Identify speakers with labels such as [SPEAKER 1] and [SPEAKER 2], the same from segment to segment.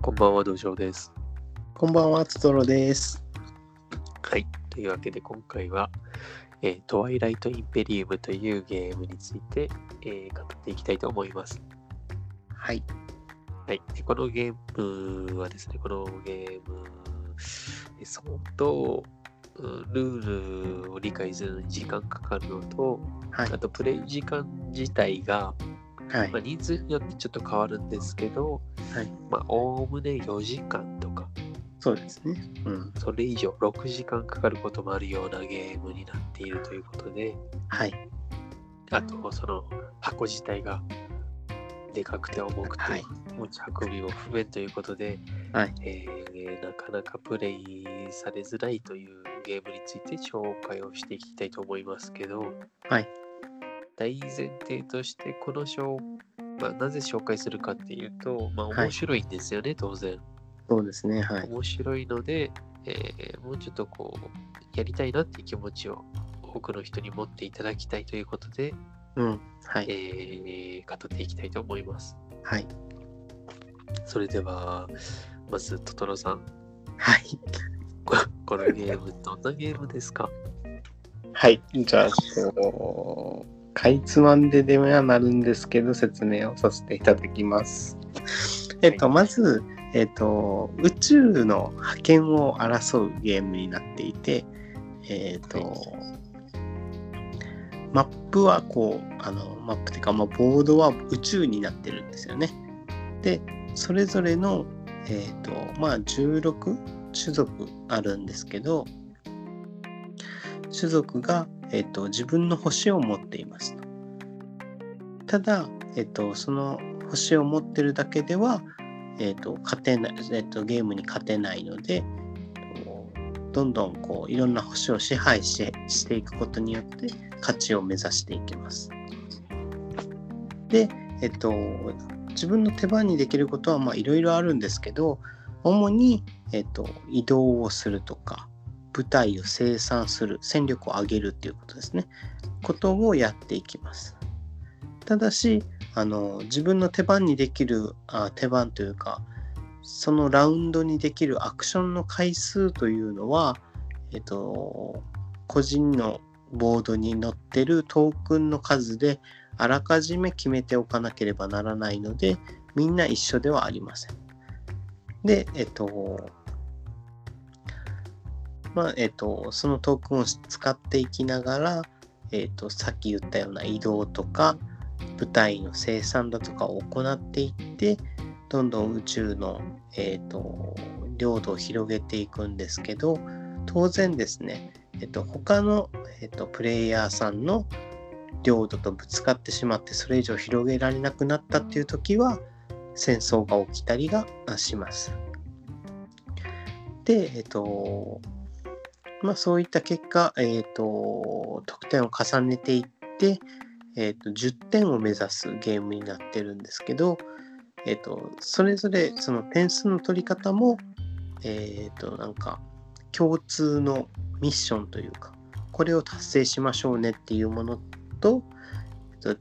[SPEAKER 1] こんばんは、道場です。
[SPEAKER 2] こんばんは、つとろです。
[SPEAKER 1] はい。というわけで、今回は、えートワイライト・インペリウムというゲームについて、えー語っていきたいと思います。
[SPEAKER 2] はい。
[SPEAKER 1] はい。でこのゲームはですね、このゲーム、え相当、うんルールを理解するのに時間かかるのと、
[SPEAKER 2] はい
[SPEAKER 1] あ。とプレイ時間自体が、
[SPEAKER 2] はい
[SPEAKER 1] まあ、。人数によってちょっと変わるんですけど、
[SPEAKER 2] はい
[SPEAKER 1] まあ、おおむね4時間とか、
[SPEAKER 2] そうですね。うん。
[SPEAKER 1] それ以上6時間かかることもあるようなゲームになっているということで、
[SPEAKER 2] はい。
[SPEAKER 1] あとその箱自体がでかくて重くて、
[SPEAKER 2] はい
[SPEAKER 1] 持ち運びも不便ということで、
[SPEAKER 2] はい
[SPEAKER 1] えーなかなかプレイされづらいというゲームについて紹介をしていきたいと思いますけど、
[SPEAKER 2] はい
[SPEAKER 1] 大前提としてこの紹、まあ、なぜ紹介するかっていうと、まあ、
[SPEAKER 2] はい
[SPEAKER 1] 面白いんですよね、当然。
[SPEAKER 2] そうですね。はい。
[SPEAKER 1] 面白いので、えーもうちょっとこうやりたいなっていう気持ちを多くの人に持っていただきたいということで、
[SPEAKER 2] うん。はい。
[SPEAKER 1] えー語っていきたいと思います。
[SPEAKER 2] はい。
[SPEAKER 1] それではまずトトロさん
[SPEAKER 2] はい。
[SPEAKER 1] ここのゲームどんなゲームです か
[SPEAKER 2] はい。じゃあ、こう、かいつまんでではなるんですけど、説明をさせていただきます。えっと、まず、えっと、宇宙の覇権を争うゲームになっていて、えっ
[SPEAKER 1] は
[SPEAKER 2] と、マップはこう、あの、マップっていうか、まあ、ボードは宇宙になってるんですよね。で、それぞれの、えっと、まあ、16種族あるんですけど、種族が、えっと自分の星を持っていますとただ、えっとその星を持ってるだけでは、えっと勝てないえっとゲームに勝てないのでこうどんどんこういろんな星を支配してしていくことによって勝ちを目指していきます。で、えっと自分の手番にできることはまあいろいろあるんですけど主に、えっと移動をするとか、部隊を生産する戦力を上げるっていうことですねことをやっていきますただしあの自分の手番にできるあ手番というかそのラウンドにできるアクションの回数というのはえっと個人のボードに載ってるトークンの数であらかじめ決めておかなければならないのでみんな一緒ではありませんでえっとまあえっとそのトークンを使っていきながら、えっとさっき言ったような移動とか舞台の生産だとかを行っていってどんどん宇宙の、えっと領土を広げていくんですけど当然ですね、えっと他の、えっとプレイヤーさんの領土とぶつかってしまってそれ以上広げられなくなったっていう時は戦争が起きたりがあします。で、えっとまあ、そういった結果、えー、と得点を重ねていって、えー、と10点を目指すゲームになってるんですけど、えー、とそれぞれその点数の取り方も、えー、となんか共通のミッションというかこれを達成しましょうねっていうものとえーと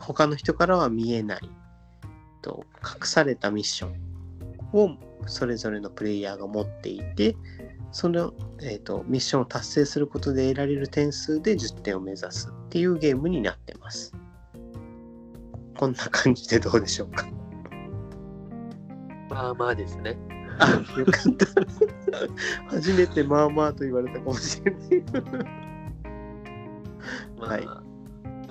[SPEAKER 2] 他の人からは見えないえーと隠されたミッションをそれぞれのプレイヤーが持っていてそのえー、とミッションを達成することで得られる点数で10点を目指すっていうゲームになってます。こんな感じでどうでしょうか。
[SPEAKER 1] まあまあですね。
[SPEAKER 2] あよかった。初めてまあまあと言われたかもしれない。
[SPEAKER 1] まあ、
[SPEAKER 2] はい
[SPEAKER 1] ま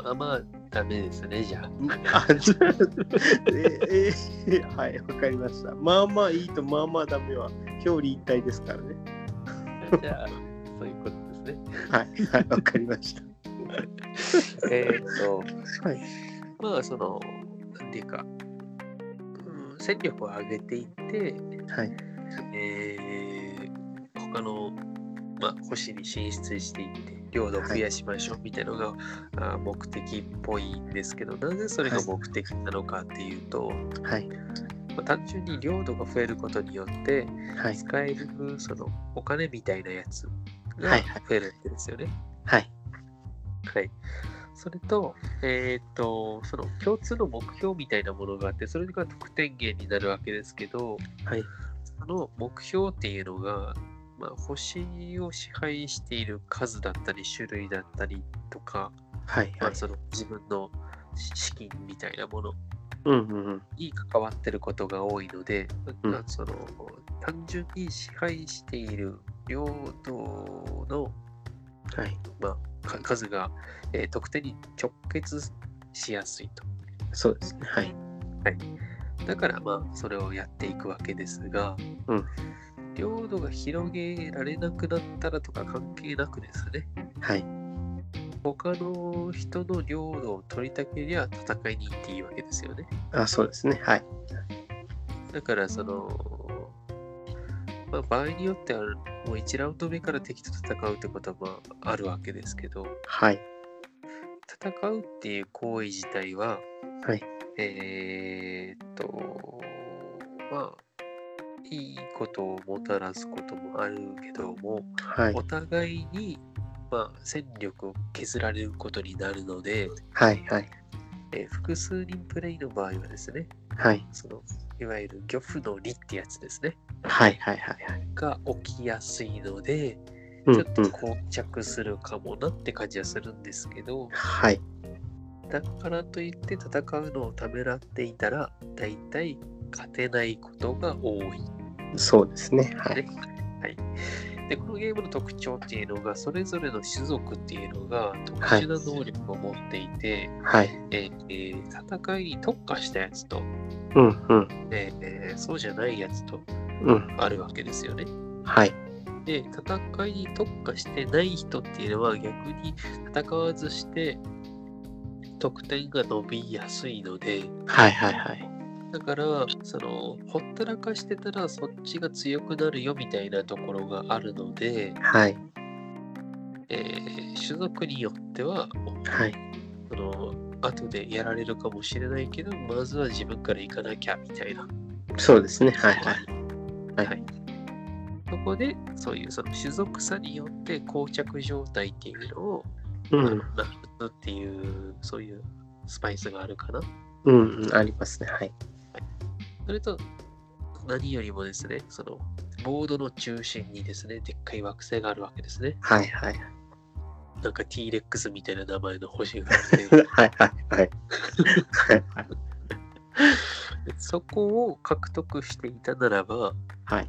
[SPEAKER 1] あまあダメですね、じゃあ。
[SPEAKER 2] あちょっとええはい、わかりました。まあまあいいとまあまあダメは表裏一体ですからね。
[SPEAKER 1] じゃあ、そういうことですね。
[SPEAKER 2] はい、はい、わかりました。
[SPEAKER 1] えーっと、
[SPEAKER 2] はい、
[SPEAKER 1] まあその、なんていうか、うん、戦力を上げていって、
[SPEAKER 2] はい、
[SPEAKER 1] えー他の、まあ、星に進出していって領土を増やしましょうみたいなのが、あー目的っぽいんですけどなぜそれが目的なのかっていうと、
[SPEAKER 2] はい、
[SPEAKER 1] まあ単純に領土が増えることによって
[SPEAKER 2] はい、
[SPEAKER 1] 使えるそのお金みたいなやつ
[SPEAKER 2] は
[SPEAKER 1] が
[SPEAKER 2] いは
[SPEAKER 1] 増えるんですよね。
[SPEAKER 2] はい、
[SPEAKER 1] はい、それと、えっ、と、その共通の目標みたいなものがあって、それが得点源になるわけですけど、
[SPEAKER 2] はい
[SPEAKER 1] その目標っていうのが、まあ、星を支配している数だったり、種類だったりとか、
[SPEAKER 2] はい
[SPEAKER 1] ま
[SPEAKER 2] は
[SPEAKER 1] あ
[SPEAKER 2] い、
[SPEAKER 1] その自分の資金みたいなもの
[SPEAKER 2] うんうんうん
[SPEAKER 1] に関わってることが多いので、
[SPEAKER 2] うん
[SPEAKER 1] まあその単純に支配している領土の
[SPEAKER 2] はい
[SPEAKER 1] か数が、えー得点に直結しやすいと。
[SPEAKER 2] そうですねはい
[SPEAKER 1] だからまあそれをやっていくわけですが、
[SPEAKER 2] うん
[SPEAKER 1] 領土が広げられなくなったらとか関係なくですね
[SPEAKER 2] はい
[SPEAKER 1] 他の人の領土を取りたけりゃ戦いに行っていいわけですよね。
[SPEAKER 2] あそうですねはい
[SPEAKER 1] だからその、まあ、場合によってはもう1ラウンド目から敵と戦うってことはまああるわけですけど
[SPEAKER 2] はい
[SPEAKER 1] 戦うっていう行為自体は、
[SPEAKER 2] はい
[SPEAKER 1] えーっとまあいいことをもたらすこともあるけども
[SPEAKER 2] はい
[SPEAKER 1] お互いに、まあ、戦力を削られることになるので、
[SPEAKER 2] はいはい
[SPEAKER 1] えー複数人プレイの場合はですね
[SPEAKER 2] はい
[SPEAKER 1] そのいわゆる漁夫の利ってやつですね
[SPEAKER 2] はいはいはいはい
[SPEAKER 1] が起きやすいので、
[SPEAKER 2] うん
[SPEAKER 1] ちょっと
[SPEAKER 2] うん
[SPEAKER 1] 膠着するかもなって感じはするんですけど、
[SPEAKER 2] はい
[SPEAKER 1] だからといって戦うのをためらっていたら、大体勝てないことが多いん
[SPEAKER 2] そうですねは
[SPEAKER 1] で
[SPEAKER 2] い
[SPEAKER 1] すね。はいでこのゲームの特徴っていうのが、それぞれの種族っていうのが特殊な能力を持っていて、
[SPEAKER 2] はい
[SPEAKER 1] えーえー戦いに特化したやつと、
[SPEAKER 2] うんうん
[SPEAKER 1] えーえーそうじゃないやつと
[SPEAKER 2] うん
[SPEAKER 1] あるわけですよね。
[SPEAKER 2] はい
[SPEAKER 1] で戦いに特化してない人っていうのは逆に戦わずして得点が伸びやすいので
[SPEAKER 2] はいはいはい
[SPEAKER 1] だからそのほったらかしてたらそっちが強くなるよみたいなところがあるので、
[SPEAKER 2] はい
[SPEAKER 1] えー種族によっては
[SPEAKER 2] はい
[SPEAKER 1] その後でやられるかもしれないけどまずは自分から行かなきゃみたいな
[SPEAKER 2] そうですねはいはい
[SPEAKER 1] は
[SPEAKER 2] はいい
[SPEAKER 1] そこでそういうその種族差によって膠着状態っていうのを
[SPEAKER 2] うん
[SPEAKER 1] ナッツっていうそういうスパイスがあるかな
[SPEAKER 2] うんうんありますねはい
[SPEAKER 1] それと何よりもですねそのボードの中心にですねでっかい惑星があるわけですね
[SPEAKER 2] はいはい
[SPEAKER 1] なんか T-Rex みたいな名前の星があって
[SPEAKER 2] はいはいはいはいはい
[SPEAKER 1] そこを獲得していたならば、
[SPEAKER 2] はい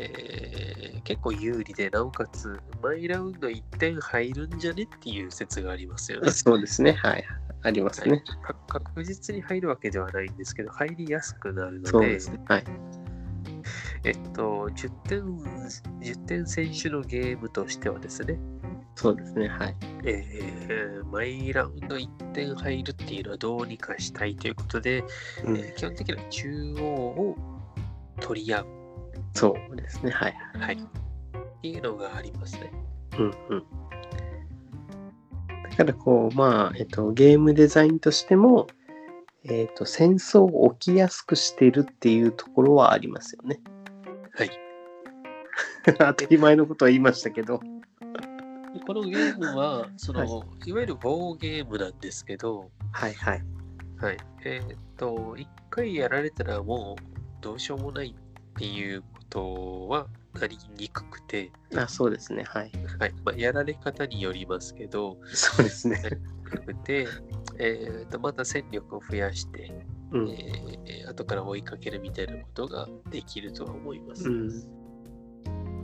[SPEAKER 1] えー結構有利でなおかつ毎ラウンド1点入るんじゃねっていう説がありますよね
[SPEAKER 2] そうですね。はい。ありますね。
[SPEAKER 1] か確実に入るわけではないんですけど入りやすくなるので
[SPEAKER 2] そうですね。はい。
[SPEAKER 1] えっと、10点、10点選手のゲームとしてはですね、
[SPEAKER 2] そうですね。はい。
[SPEAKER 1] えー毎ラウンド1点入るっていうのはどうにかしたいということで、
[SPEAKER 2] う
[SPEAKER 1] え
[SPEAKER 2] ん
[SPEAKER 1] ー、基本的には中央を取り合う、
[SPEAKER 2] そうですね。はい。
[SPEAKER 1] はい、っていうのがありますね。
[SPEAKER 2] うんうん。だからこう、まあ、えっと、ゲームデザインとしても、えっと、戦争を起きやすくしてるっていうところはありますよね。
[SPEAKER 1] はい。
[SPEAKER 2] 当たり前のことは言いましたけど。
[SPEAKER 1] でこのゲームは、その、、
[SPEAKER 2] はい
[SPEAKER 1] わゆる棒ゲームなんですけど、
[SPEAKER 2] はいはい。
[SPEAKER 1] はい、えーっと、1回やられたらもうどうしようもないっていうことはなりにくくて、
[SPEAKER 2] あ、そうですね。はい。
[SPEAKER 1] はいまあ、やられ方によりますけど、
[SPEAKER 2] そうですね。
[SPEAKER 1] で、えー、とまた戦力を増やして、
[SPEAKER 2] う
[SPEAKER 1] え
[SPEAKER 2] ん。
[SPEAKER 1] ー、後から追いかけるみたいなことができるとは思います。
[SPEAKER 2] うん。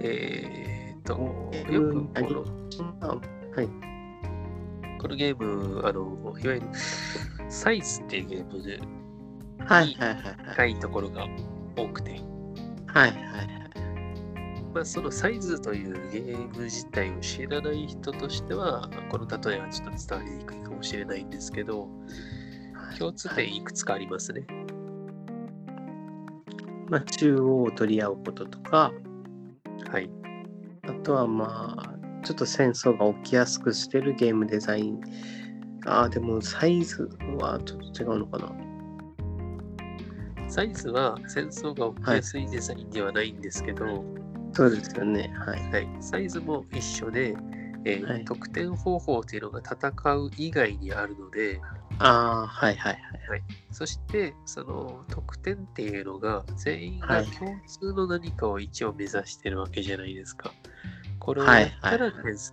[SPEAKER 1] えー、と
[SPEAKER 2] うん
[SPEAKER 1] よくこの
[SPEAKER 2] あ
[SPEAKER 1] このゲームあの、いわゆるサイズっていうゲームで
[SPEAKER 2] はいはいはいは
[SPEAKER 1] 深
[SPEAKER 2] い。
[SPEAKER 1] いところが多くて、
[SPEAKER 2] はいはいはい。
[SPEAKER 1] まあ、そのサイズというゲーム自体を知らない人としては、この例えはちょっと伝わりにくいかもしれないんですけど、共通点いくつかありますね。
[SPEAKER 2] まあ、中央を取り合うこととか
[SPEAKER 1] はい。
[SPEAKER 2] あとはまあちょっと戦争が起きやすくしてるゲームデザインああでもサイズはちょっと違うのかな
[SPEAKER 1] サイズは戦争が起きやすいデザインではないんですけど、は
[SPEAKER 2] そうですよねはい
[SPEAKER 1] いサイズも一緒で、えー
[SPEAKER 2] はい
[SPEAKER 1] 得点方法というのが戦う以外にあるので、
[SPEAKER 2] ああ、はいはい
[SPEAKER 1] そしてその得点っていうのが全員
[SPEAKER 2] は
[SPEAKER 1] が
[SPEAKER 2] い
[SPEAKER 1] 共通の何かを一応目指してるわけじゃないですか。これを
[SPEAKER 2] は
[SPEAKER 1] や
[SPEAKER 2] い
[SPEAKER 1] ったら
[SPEAKER 2] はいは
[SPEAKER 1] 点数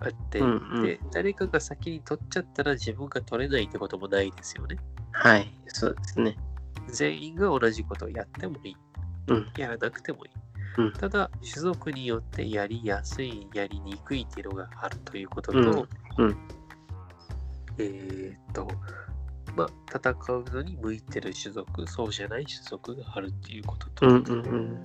[SPEAKER 1] あって、
[SPEAKER 2] うんうん
[SPEAKER 1] で誰かが先に取っちゃったら自分が取れないってこともないですよね。
[SPEAKER 2] はい。はい、そうですね。
[SPEAKER 1] 全員が同じことをやってもいい。
[SPEAKER 2] うん。
[SPEAKER 1] やらなくてもいい。
[SPEAKER 2] うん
[SPEAKER 1] ただ、種族によってやりやすい、やりにくいっていうのがあるということと、
[SPEAKER 2] うんうん
[SPEAKER 1] えーっと、まあ、戦うのに向いてる種族、そうじゃない種族があるっていうことと、
[SPEAKER 2] うんうん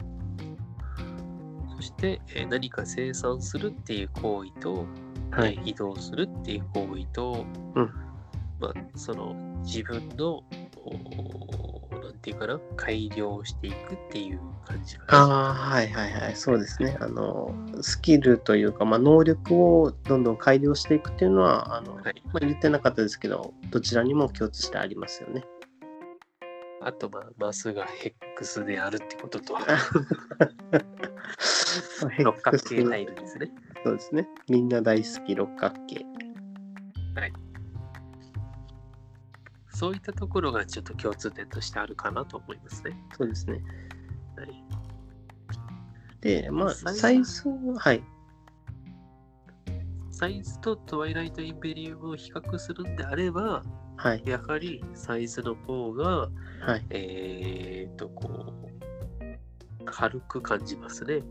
[SPEAKER 2] うん。
[SPEAKER 1] そして、えー何か生産するっていう行為と、
[SPEAKER 2] はい。
[SPEAKER 1] 移動するっていう行為と、
[SPEAKER 2] うん
[SPEAKER 1] まあ、その自分のおーなんていうかな改良していくっていう感じかな
[SPEAKER 2] ああ、はいはいはい。そうですね。あの、スキルというか、まあ、能力をどんどん改良していくっていうのは、あの、
[SPEAKER 1] はい、
[SPEAKER 2] まあ、言ってなかったですけど、どちらにも共通してありますよね。
[SPEAKER 1] あとまあマスがヘックスであるってことと六 角形タイルですね。
[SPEAKER 2] そうですね。みんな大好き六角形。
[SPEAKER 1] そういったところがちょっと共通点としてあるかなと思いますね。
[SPEAKER 2] そうですね。
[SPEAKER 1] はい、
[SPEAKER 2] で、まあ、
[SPEAKER 1] サイ
[SPEAKER 2] 最
[SPEAKER 1] ズ
[SPEAKER 2] 初は、はい。
[SPEAKER 1] サイズとトワイライト・インベリウムを比較するんであれば
[SPEAKER 2] はい。
[SPEAKER 1] やはりサイズの方が
[SPEAKER 2] はい。
[SPEAKER 1] えー、とこう軽く感じますね。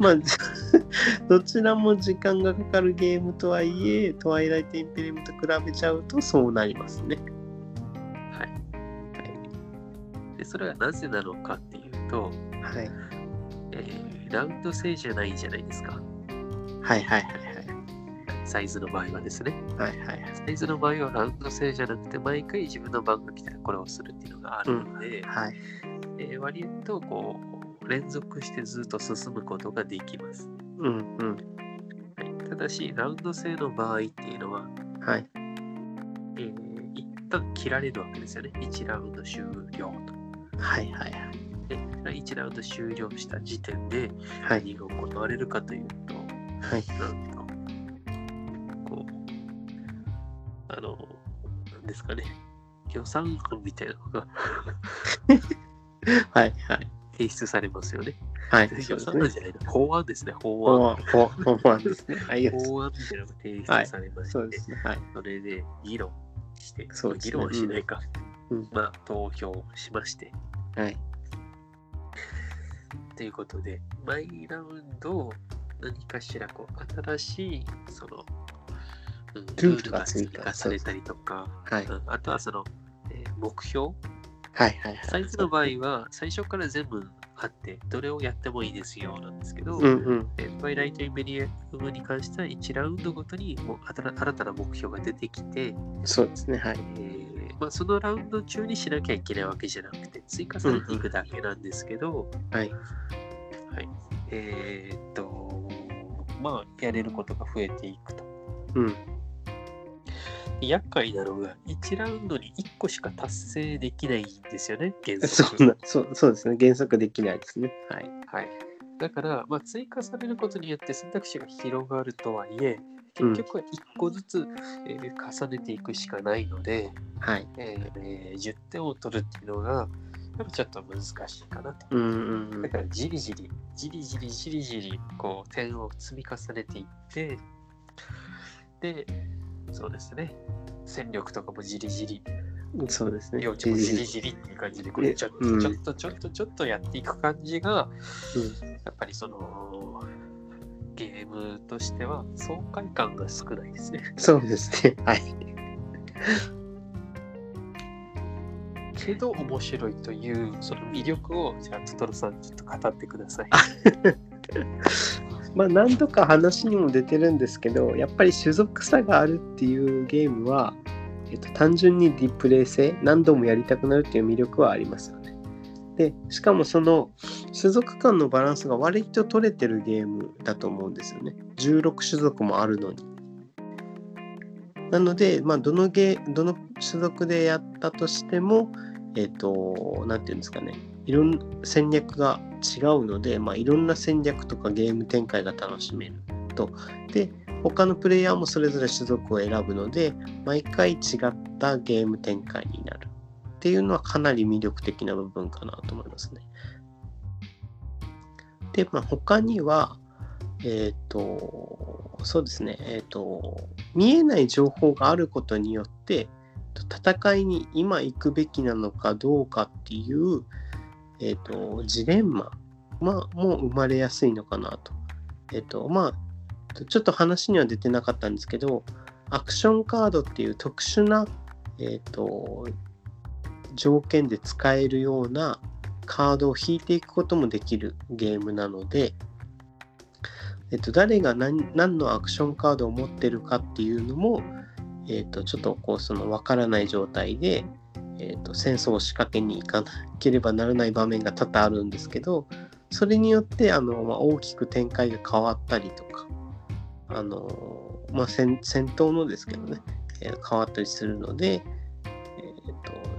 [SPEAKER 2] まあ、どちらも時間がかかるゲームとはいえ、トワイライト・インペリウムと比べちゃうとそうなりますね。
[SPEAKER 1] でそれはなぜなのかっていうと、
[SPEAKER 2] はい。
[SPEAKER 1] えーラウンド制じゃないじゃないですか。
[SPEAKER 2] はいはいはい
[SPEAKER 1] サイズの場合はですね。
[SPEAKER 2] はい。はいはいはい。
[SPEAKER 1] サイズの場合はラウンド制じゃなくて、毎回自分の番が来たらこれをするっていうのがあるので、
[SPEAKER 2] はい。
[SPEAKER 1] えー割とこう連続してずっと進むことができます。
[SPEAKER 2] うんうん。
[SPEAKER 1] はい、ただし、ラウンド制の場合っていうのは、
[SPEAKER 2] はい。
[SPEAKER 1] えー一旦切られるわけですよね。1ラウンド終了と。
[SPEAKER 2] はいはい
[SPEAKER 1] で、1ラウンド終了した時点で
[SPEAKER 2] はい。はい。
[SPEAKER 1] 何が行われるかというと、
[SPEAKER 2] はい。
[SPEAKER 1] なんと、こう、あの、なんですかね、予算案みたいなのが
[SPEAKER 2] はいはい。
[SPEAKER 1] 提出されますよね。
[SPEAKER 2] はい。そ
[SPEAKER 1] 予
[SPEAKER 2] うです
[SPEAKER 1] 算案
[SPEAKER 2] ね。
[SPEAKER 1] じゃないな、法案ですね、法案。
[SPEAKER 2] ほほほんですね。はい。
[SPEAKER 1] 法案みたいなのが提出されまして、
[SPEAKER 2] そうですね。はい。
[SPEAKER 1] それで議論して、
[SPEAKER 2] そうですね
[SPEAKER 1] 議論はしないか、
[SPEAKER 2] うん
[SPEAKER 1] まあ、投票しまして、
[SPEAKER 2] はい。
[SPEAKER 1] ということで、毎ラウンド、何かしらこう新しいその、うん
[SPEAKER 2] ルールが追
[SPEAKER 1] ルー
[SPEAKER 2] 加
[SPEAKER 1] ルがされたりとか、
[SPEAKER 2] はい。
[SPEAKER 1] うんあとはその、えー目標、
[SPEAKER 2] はいはいはい。
[SPEAKER 1] サイズの場合は最初から全部あって、どれをやってもいいですよなんですけど、
[SPEAKER 2] うんうん。
[SPEAKER 1] えートワイライト・インベリアムに関しては1ラウンドごとにもう新新たな目標が出てきて、
[SPEAKER 2] そうですね。はい
[SPEAKER 1] え。ーまあ、そのラウンド中にしなきゃいけないわけじゃなくて追加されていくだけなんですけど、
[SPEAKER 2] はい
[SPEAKER 1] はい、えーっとまあやれることが増えていくと
[SPEAKER 2] うん。
[SPEAKER 1] 厄介なのが1ラウンドに1個しか達成できないんですよね原
[SPEAKER 2] そ
[SPEAKER 1] 則
[SPEAKER 2] うな、そう、そうですね。原則できないですね。はい。
[SPEAKER 1] はい、だから、まあ、追加されることによって選択肢が広がるとはいえ結局は1個ずつ、えー重ねていくしかないので、
[SPEAKER 2] はい。
[SPEAKER 1] えー10点を取るっていうのが、やっぱちょっと難しいかなと。
[SPEAKER 2] うんうんう
[SPEAKER 1] だ
[SPEAKER 2] ん。
[SPEAKER 1] から、じりじり、じりじりじりじり、こう、点を積み重ねていって、で、そうですね、戦力とかもじりじり、
[SPEAKER 2] そうですね。
[SPEAKER 1] 領地もじりじりっていう感じで、これちょっ
[SPEAKER 2] う
[SPEAKER 1] と
[SPEAKER 2] ん
[SPEAKER 1] ちょっとちょっとちょっとやっていく感じが、
[SPEAKER 2] うん
[SPEAKER 1] やっぱりその、ゲームとしては爽快感が少ないです ね。
[SPEAKER 2] そうですね。はい。
[SPEAKER 1] けど面白いというその魅力をじゃあトトロさんちょっと語ってください。
[SPEAKER 2] まあ、何度か話にも出てるんですけど、やっぱり種族差があるっていうゲームは、えっと、単純にディプレイ性、何度もやりたくなるっていう魅力はありますよね。で、しかもその種族間のバランスが割と取れてるゲームだと思うんですよね。16種族もあるのに。なので、まあ、どのゲーどの種族でやったとしても、えっ、と、なんていうんですかね、いろん戦略が違うので、まあ、いろんな戦略とかゲーム展開が楽しめると。で他のプレイヤーもそれぞれ種族を選ぶので毎回違ったゲーム展開になるっていうのはかなり魅力的な部分かなと思いますね。で、まあ、他には、えっ、と、そうですね、えっ、と、見えない情報があることによって、戦いに今行くべきなのかどうかっていう、えっ、と、ジレンマ、まあ、もう生まれやすいのかなと。えっ、と、まあ、ちょっと話には出てなかったんですけど、アクションカードっていう特殊な、えっ、と、条件で使えるようなカードを引いていくこともできるゲームなので、えっと、誰が何何のアクションカードを持ってるかっていうのも、えっと、ちょっとこうその分からない状態で、えっと、戦争を仕掛けに行かなければならない場面が多々あるんですけどそれによってあの、まあ、大きく展開が変わったりとかあの、まあ、戦戦闘のですけどね、えー変わったりするので、え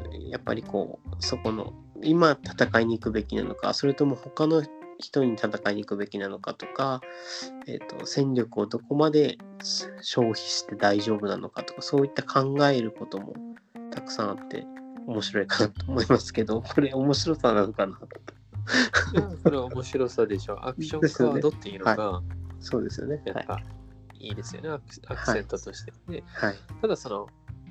[SPEAKER 2] ー、とやっぱりこうそこの今戦いに行くべきなのかそれとも他の人に戦いに行くべきなのかとか、えー、と戦力をどこまで消費して大丈夫なのかとかそういった考えることもたくさんあって面白いかなと思いますけど これ面白さなのかな
[SPEAKER 1] それは面白さでし ょ。アクションカードっていうのが、
[SPEAKER 2] そうですよね
[SPEAKER 1] や
[SPEAKER 2] は
[SPEAKER 1] っ
[SPEAKER 2] い
[SPEAKER 1] ぱいいですよね、アクアクセントとして。で
[SPEAKER 2] はい
[SPEAKER 1] ただその、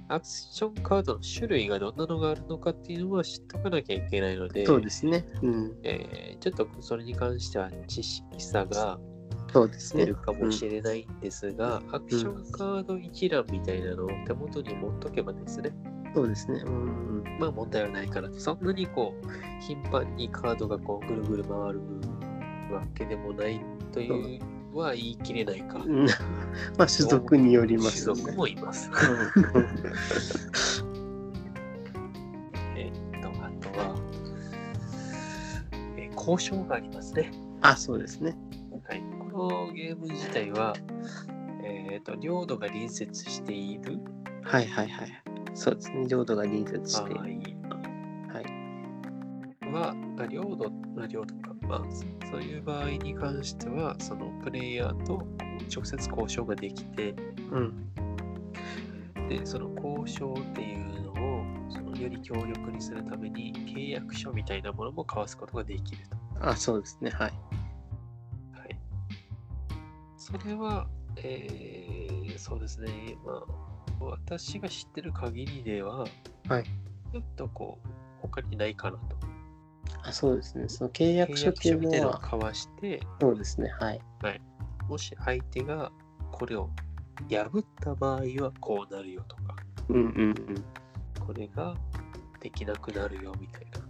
[SPEAKER 1] アクションカードの種類がどんなのがあるのかっていうのは知っとかなきゃいけないので、
[SPEAKER 2] そうですねうん
[SPEAKER 1] えーちょっとそれに関しては知識差が
[SPEAKER 2] そうです
[SPEAKER 1] 出
[SPEAKER 2] ね
[SPEAKER 1] るかもしれないんですが、アクションカード一覧みたいなのを手元に持っとけばですね、
[SPEAKER 2] そうですねうん
[SPEAKER 1] まあ問題はないから、そんなにこう、頻繁にカードがこうぐるぐる回るわけでもないというは言い切れないか。
[SPEAKER 2] うんまあ種族によりますよ
[SPEAKER 1] 種
[SPEAKER 2] ね
[SPEAKER 1] 族もいます。
[SPEAKER 2] うん
[SPEAKER 1] えっと、あとは、えー交渉がありますね。
[SPEAKER 2] あそうですね
[SPEAKER 1] はい、このゲーム自体は、えっと領土が隣接している
[SPEAKER 2] はいはいはいそうですね領土が隣接
[SPEAKER 1] 場
[SPEAKER 2] し
[SPEAKER 1] 合
[SPEAKER 2] ているはい
[SPEAKER 1] は、あ領土、まあ領土か、まあ、そそういう場合に関しては、そのプレイヤーと直接交渉ができて、
[SPEAKER 2] うん
[SPEAKER 1] でその交渉っていうのをそのより強力にするために契約書みたいなものも交わすことができると。
[SPEAKER 2] あそうですねはい
[SPEAKER 1] はい、それは、えーそうですね、まあ、私が知ってる限りでは、
[SPEAKER 2] はい
[SPEAKER 1] ちょっとこう、他にないかなと。
[SPEAKER 2] あそうですねその契約
[SPEAKER 1] 契
[SPEAKER 2] 書っ
[SPEAKER 1] 約
[SPEAKER 2] てい
[SPEAKER 1] 書
[SPEAKER 2] う
[SPEAKER 1] みたいな
[SPEAKER 2] の
[SPEAKER 1] のを
[SPEAKER 2] は
[SPEAKER 1] 交わして、
[SPEAKER 2] そうですねはい
[SPEAKER 1] もし相手がこれを破った場合はこうなるよとか、
[SPEAKER 2] うんうんうん
[SPEAKER 1] これができなくなるよみたいな。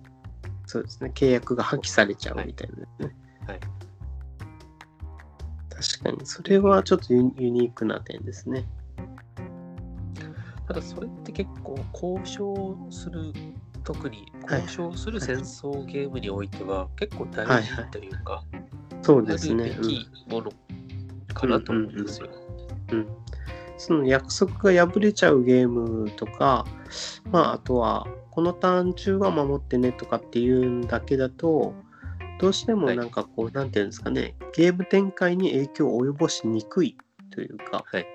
[SPEAKER 2] そうですね契約が破棄されちゃうみたいなね
[SPEAKER 1] はい
[SPEAKER 2] 確かにそれはちょっとユユニークな点ですね
[SPEAKER 1] ただそれって結構交渉する特に交渉する戦争ゲームにおいては結構大事というか、
[SPEAKER 2] そ
[SPEAKER 1] あ
[SPEAKER 2] うです
[SPEAKER 1] るべ
[SPEAKER 2] ね、
[SPEAKER 1] きものかなと思うんですよ。
[SPEAKER 2] うんうん、その約束が破れちゃうゲームとかまああとはこのターン中は守ってねとかっていうんだけだとどうしてもなんかこう、なんていうんですかねゲーム展開に影響を及ぼしにくいというか、
[SPEAKER 1] はい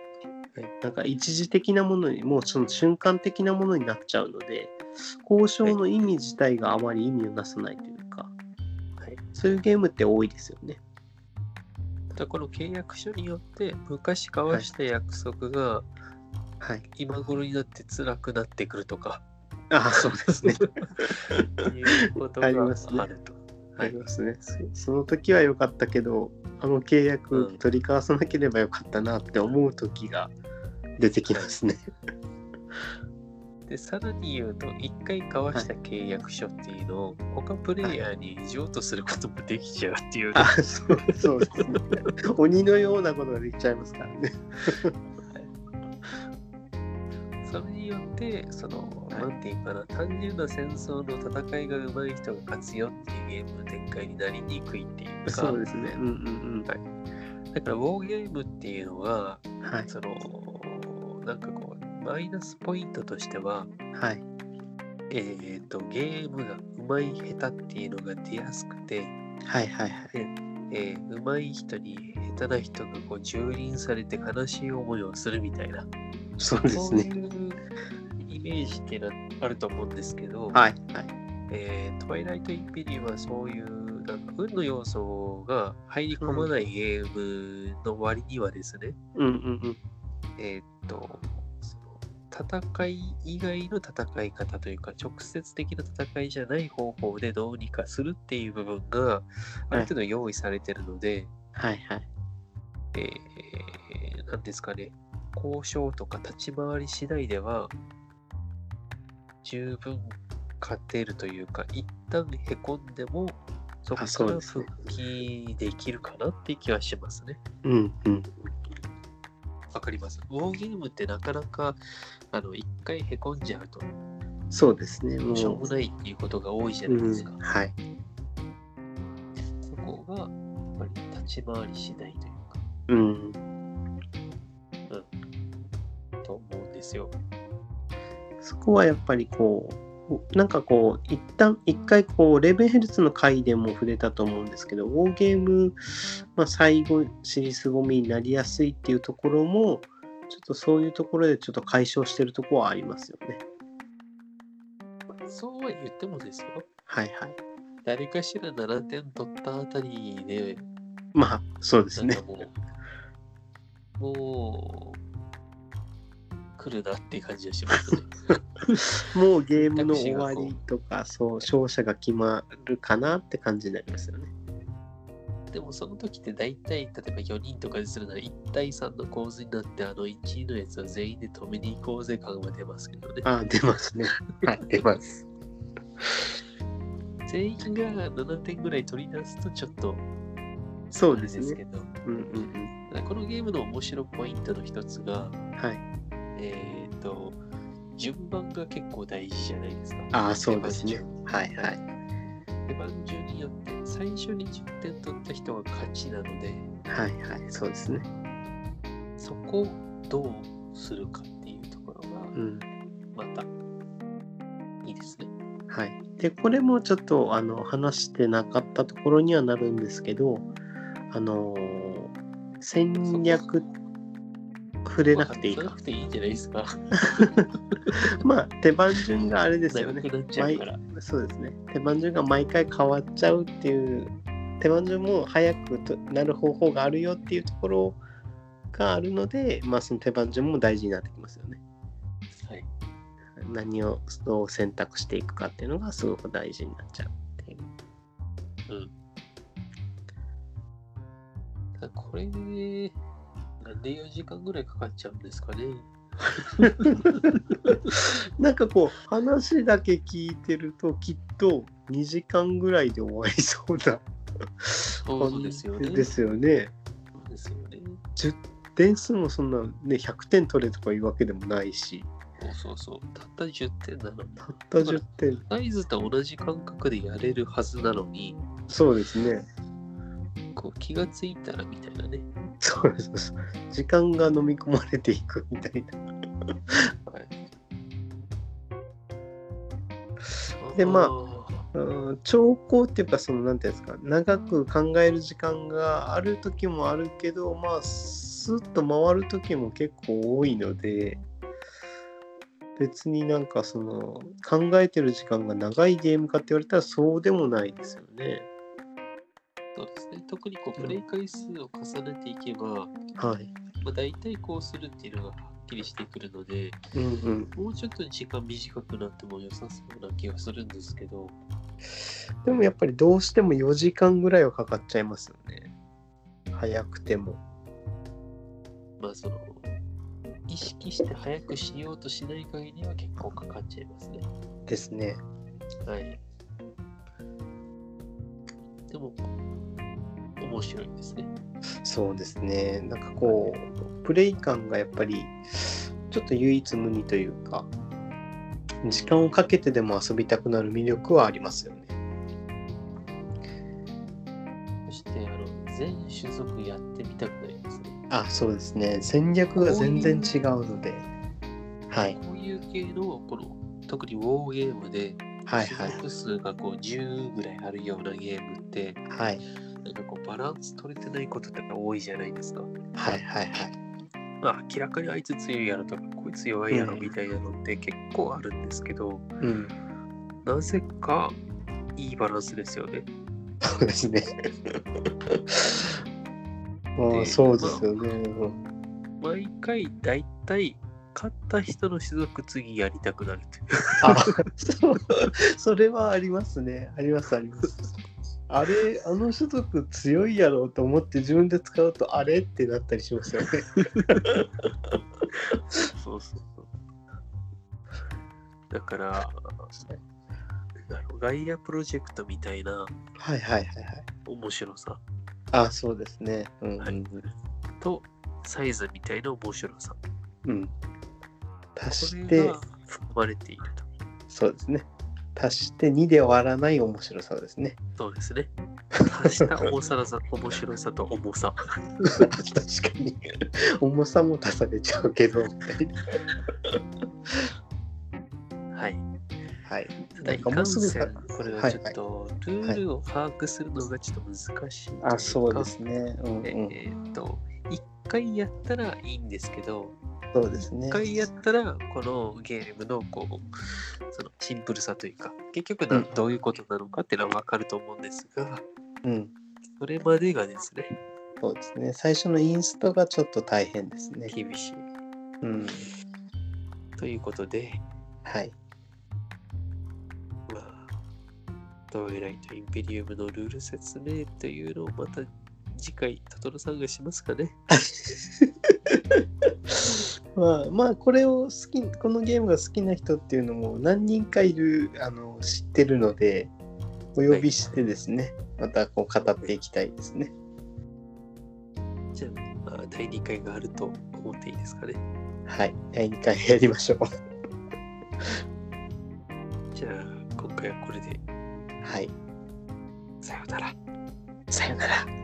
[SPEAKER 2] なんか一時的なものにもうその瞬間的なものになっちゃうので交渉の意味自体があまり意味をなさないというか、
[SPEAKER 1] はい
[SPEAKER 2] そういうゲームって多いですよね。
[SPEAKER 1] だからこの契約書によって昔交わした約束が
[SPEAKER 2] はい、
[SPEAKER 1] 今頃になって辛くなってくるとか、
[SPEAKER 2] ああそうですね。
[SPEAKER 1] っていうことが
[SPEAKER 2] ありますね
[SPEAKER 1] あると。は
[SPEAKER 2] あ
[SPEAKER 1] い
[SPEAKER 2] りますね。そその時は良かったけど、あの契
[SPEAKER 1] う
[SPEAKER 2] 約
[SPEAKER 1] ん
[SPEAKER 2] 取り交わさなければよかったなって思う時が出てきま すね。
[SPEAKER 1] でさらに言うと1回交わした契約書っていうのを他プレイヤーに譲渡することもできちゃうっていうね、
[SPEAKER 2] あ、 そうそうですね。鬼のようなことができちゃいますからね。
[SPEAKER 1] それによってその
[SPEAKER 2] はい
[SPEAKER 1] 何て言うかな単純な戦争の戦いが上手い人が勝つよっていうゲームの展開になりにくいっていうか
[SPEAKER 2] そうですね。うんうん
[SPEAKER 1] だからウォーゲームっていうのは
[SPEAKER 2] うん。はい
[SPEAKER 1] そのなんかこうマイナスポイントとしては
[SPEAKER 2] はい
[SPEAKER 1] えっ、とゲームが上手い下手っていうのが出やすくて
[SPEAKER 2] はいはいはい。
[SPEAKER 1] ええー上手い人に下手な人がこう蹂躙されて悲しい思いをするみたいな、
[SPEAKER 2] そうです
[SPEAKER 1] そうい
[SPEAKER 2] ね。
[SPEAKER 1] うイメージってなあると思うんですけど、
[SPEAKER 2] はいはい。
[SPEAKER 1] えートワイライト・インペリアはそういうなんか運の要素が入り込まないゲームの割にはですね、
[SPEAKER 2] うんうん
[SPEAKER 1] えーっとその戦い以外の戦い方というか直接的な戦いじゃない方法でどうにかするっていう部分がある程度用意されてるので、
[SPEAKER 2] うん。はいはい。
[SPEAKER 1] えーなんですかね交渉とか立ち回り次第では十分勝てるというか一旦へこんでもそこ
[SPEAKER 2] あそ
[SPEAKER 1] か
[SPEAKER 2] う
[SPEAKER 1] ら
[SPEAKER 2] です
[SPEAKER 1] 復
[SPEAKER 2] ね
[SPEAKER 1] 帰できるかなって気はしますね。
[SPEAKER 2] うんうん。
[SPEAKER 1] わかります。ウォーゲームってなかなかあの一回へこんじゃうと
[SPEAKER 2] そうですね。も
[SPEAKER 1] しょう
[SPEAKER 2] う
[SPEAKER 1] も。ないっていうことが多いじゃ
[SPEAKER 2] う
[SPEAKER 1] ないで
[SPEAKER 2] ん
[SPEAKER 1] すか。、
[SPEAKER 2] はい。
[SPEAKER 1] そこがやっぱり立ち回り次第というか
[SPEAKER 2] うん。
[SPEAKER 1] と思うんですよ。
[SPEAKER 2] そこはやっぱりこう、なんかこう、一旦、一回こう、レーベンヘルツの回でも触れたと思うんですけど、ウォーゲーム、まあ、最後、シリーズゴミになりやすいっていうところも、ちょっとそういうところでちょっと解消してるところはありますよね。
[SPEAKER 1] そうは言ってもですよ。
[SPEAKER 2] はいはい。
[SPEAKER 1] 誰かしら7点取ったあたりで、
[SPEAKER 2] まあ、そうです
[SPEAKER 1] なん
[SPEAKER 2] ね
[SPEAKER 1] か。もう、もう、来るなって感じがしますね。
[SPEAKER 2] もうゲームの終わりと か、そう、勝者が決まるかなって感じになりますよね。
[SPEAKER 1] でもその時って大体、例えば4人とかにするなら1対3の構図になって、あの1位のやつを全員で止めに行こうぜ感は出ますけどね。
[SPEAKER 2] ああ、出ますね。はい、出ます。
[SPEAKER 1] 全員が7点ぐらい取り出すとちょっと、
[SPEAKER 2] そうです
[SPEAKER 1] なん
[SPEAKER 2] ね。
[SPEAKER 1] けど、
[SPEAKER 2] うんうん
[SPEAKER 1] ただこのゲームの面白ポイントの一つが、
[SPEAKER 2] うん。はい。
[SPEAKER 1] えっ、と、順番が結構大事じゃないですか。
[SPEAKER 2] ああ、そうですね。はいはい。
[SPEAKER 1] 出番順によって最初に10点取った人が勝ちなので
[SPEAKER 2] はいはい、そうですね。
[SPEAKER 1] そこをどうするかっていうところ
[SPEAKER 2] う
[SPEAKER 1] が
[SPEAKER 2] ん。
[SPEAKER 1] またいいですね。
[SPEAKER 2] はい。で、これもちょっと、あの、話してなかったところにはなるんですけど、あのー戦略、触れなくていい
[SPEAKER 1] まあ
[SPEAKER 2] か
[SPEAKER 1] な。くていいんじゃないですか。
[SPEAKER 2] まあ、手番順があれですよ
[SPEAKER 1] 長
[SPEAKER 2] ね。
[SPEAKER 1] くなっちゃうから。
[SPEAKER 2] そうですね。手番順が毎回変わっちゃうっていう、手番順も早くとなる方法があるよっていうところがあるので、まあ、その手番順も大事になってきますよね。
[SPEAKER 1] はい。
[SPEAKER 2] 何をどう選択していくかっていうのがすごく大事になっちゃうっていう。
[SPEAKER 1] ただこれで、なんで4時間ぐらいかかっちゃうんですかね。
[SPEAKER 2] なんかこう話だけ聞いてるときっと2時間ぐらいで終わりそうな
[SPEAKER 1] そうですよね。
[SPEAKER 2] 感じですよね
[SPEAKER 1] そうですよね。
[SPEAKER 2] 点数もそんな、ね、100点取れとかいうわけでもないし
[SPEAKER 1] そうそうそう。たった10点なのに。
[SPEAKER 2] たった10点
[SPEAKER 1] サイズと同じ感覚でやれるはずなのに、
[SPEAKER 2] そうですね
[SPEAKER 1] こう気がついたらみたいなね。
[SPEAKER 2] そうそうそう時間が飲み込まれていくみたいなでまあうん長考っていうかそのなんていうんですか長く考える時間がある時もあるけどまあスッと回る時も結構多いので別になんかその考えてる時間が長いゲームかって言われたらそうでもないですよね。
[SPEAKER 1] そうですね、特にこうプレイ回数を重ねていけば、ま
[SPEAKER 2] はい。
[SPEAKER 1] あ、大体こうするっていうのがはっきりしてくるので
[SPEAKER 2] うんうん。
[SPEAKER 1] もうちょっと時間短くなっても良さそうな気がするんですけど
[SPEAKER 2] でもやっぱりどうしても4時間ぐらいはかかっちゃいますよね。早くても。
[SPEAKER 1] まあその意識して早くしようとしない限りは結構かかっちゃいますね
[SPEAKER 2] ですね。
[SPEAKER 1] はいでも面白いですね
[SPEAKER 2] そうですね。なんかこう、プレイ感がやっぱり、ちょっと唯一無二というか、時間をかけてでも遊びたくなる魅力はありますよね。
[SPEAKER 1] そしてあの全種族やってみたくなりますね
[SPEAKER 2] あ、そうですね。戦略が全然違うので。はい。
[SPEAKER 1] こういう系のこの特にウォーゲームで
[SPEAKER 2] はい
[SPEAKER 1] 種
[SPEAKER 2] はい。
[SPEAKER 1] 族数がこう10ぐらいあるようなゲームって
[SPEAKER 2] はい。
[SPEAKER 1] なんかこうバランス取れてないこととか多いじゃないですか。
[SPEAKER 2] はいはいはい。
[SPEAKER 1] まあ明らかにあいつ強いやろとかこいつ弱いやろみたいなのって結構あるんですけど、
[SPEAKER 2] うん。
[SPEAKER 1] なぜかいいバランスですよね。
[SPEAKER 2] そうですね。 ああ、そうですよね。うん
[SPEAKER 1] 毎回だいたい勝った人の種族次やりたくなるとい う。
[SPEAKER 2] あ、そう。それはありますね。ありますあります。あれ、あの種族強いやろうと思って自分で使うとあれってなったりしますよね。
[SPEAKER 1] そうそうそう。だから、なんだろうガイアプロジェクトみたいな
[SPEAKER 2] はいはいはいはい。
[SPEAKER 1] 面白さ
[SPEAKER 2] あ、そうですね。うん、
[SPEAKER 1] はいとサイズみたいな面白さ。こ
[SPEAKER 2] うん。足し
[SPEAKER 1] れ
[SPEAKER 2] て
[SPEAKER 1] が、含まれていると。
[SPEAKER 2] そうですね。足して2で終わらない面白さです ね。
[SPEAKER 1] そうですね。足した重ささ、面白さと重さ。
[SPEAKER 2] 確かに。重さも足されちゃうけど、みたいな。
[SPEAKER 1] はい。
[SPEAKER 2] はい。
[SPEAKER 1] ただ、い
[SPEAKER 2] な
[SPEAKER 1] か
[SPEAKER 2] んかもうんすぐ
[SPEAKER 1] せ
[SPEAKER 2] さ
[SPEAKER 1] ん、これはちょっと、ルールを把握するのがちょっと難しいといか
[SPEAKER 2] あ、そうで。すね。うん、
[SPEAKER 1] え
[SPEAKER 2] うん。
[SPEAKER 1] えーっと、一回やったらいいんですけど、
[SPEAKER 2] そうですね
[SPEAKER 1] 一。回やったらこのゲームのこうそのシンプルさというか結局な
[SPEAKER 2] うん
[SPEAKER 1] どういうことなのかっていうのは分かると思うんですが
[SPEAKER 2] うん。
[SPEAKER 1] それまでがですね
[SPEAKER 2] そうですね。最初のインストがちょっと大変ですね。
[SPEAKER 1] 厳し
[SPEAKER 2] うん。
[SPEAKER 1] いということで
[SPEAKER 2] はい。
[SPEAKER 1] まあトワイライトインペリウムのルール説明というのをまた次回トトロさんがしますかね
[SPEAKER 2] まあ、まあ、これを好き、このゲームが好きな人っていうのも何人かいる、あの、知ってるので、お呼びしてですね、またこう語っていきたいですね。
[SPEAKER 1] じゃあまあ第2回があると思っていいですかね
[SPEAKER 2] はい。第2回やりましょう。
[SPEAKER 1] じゃあ今回はこれで
[SPEAKER 2] はい。
[SPEAKER 1] さようなら
[SPEAKER 2] さよなら。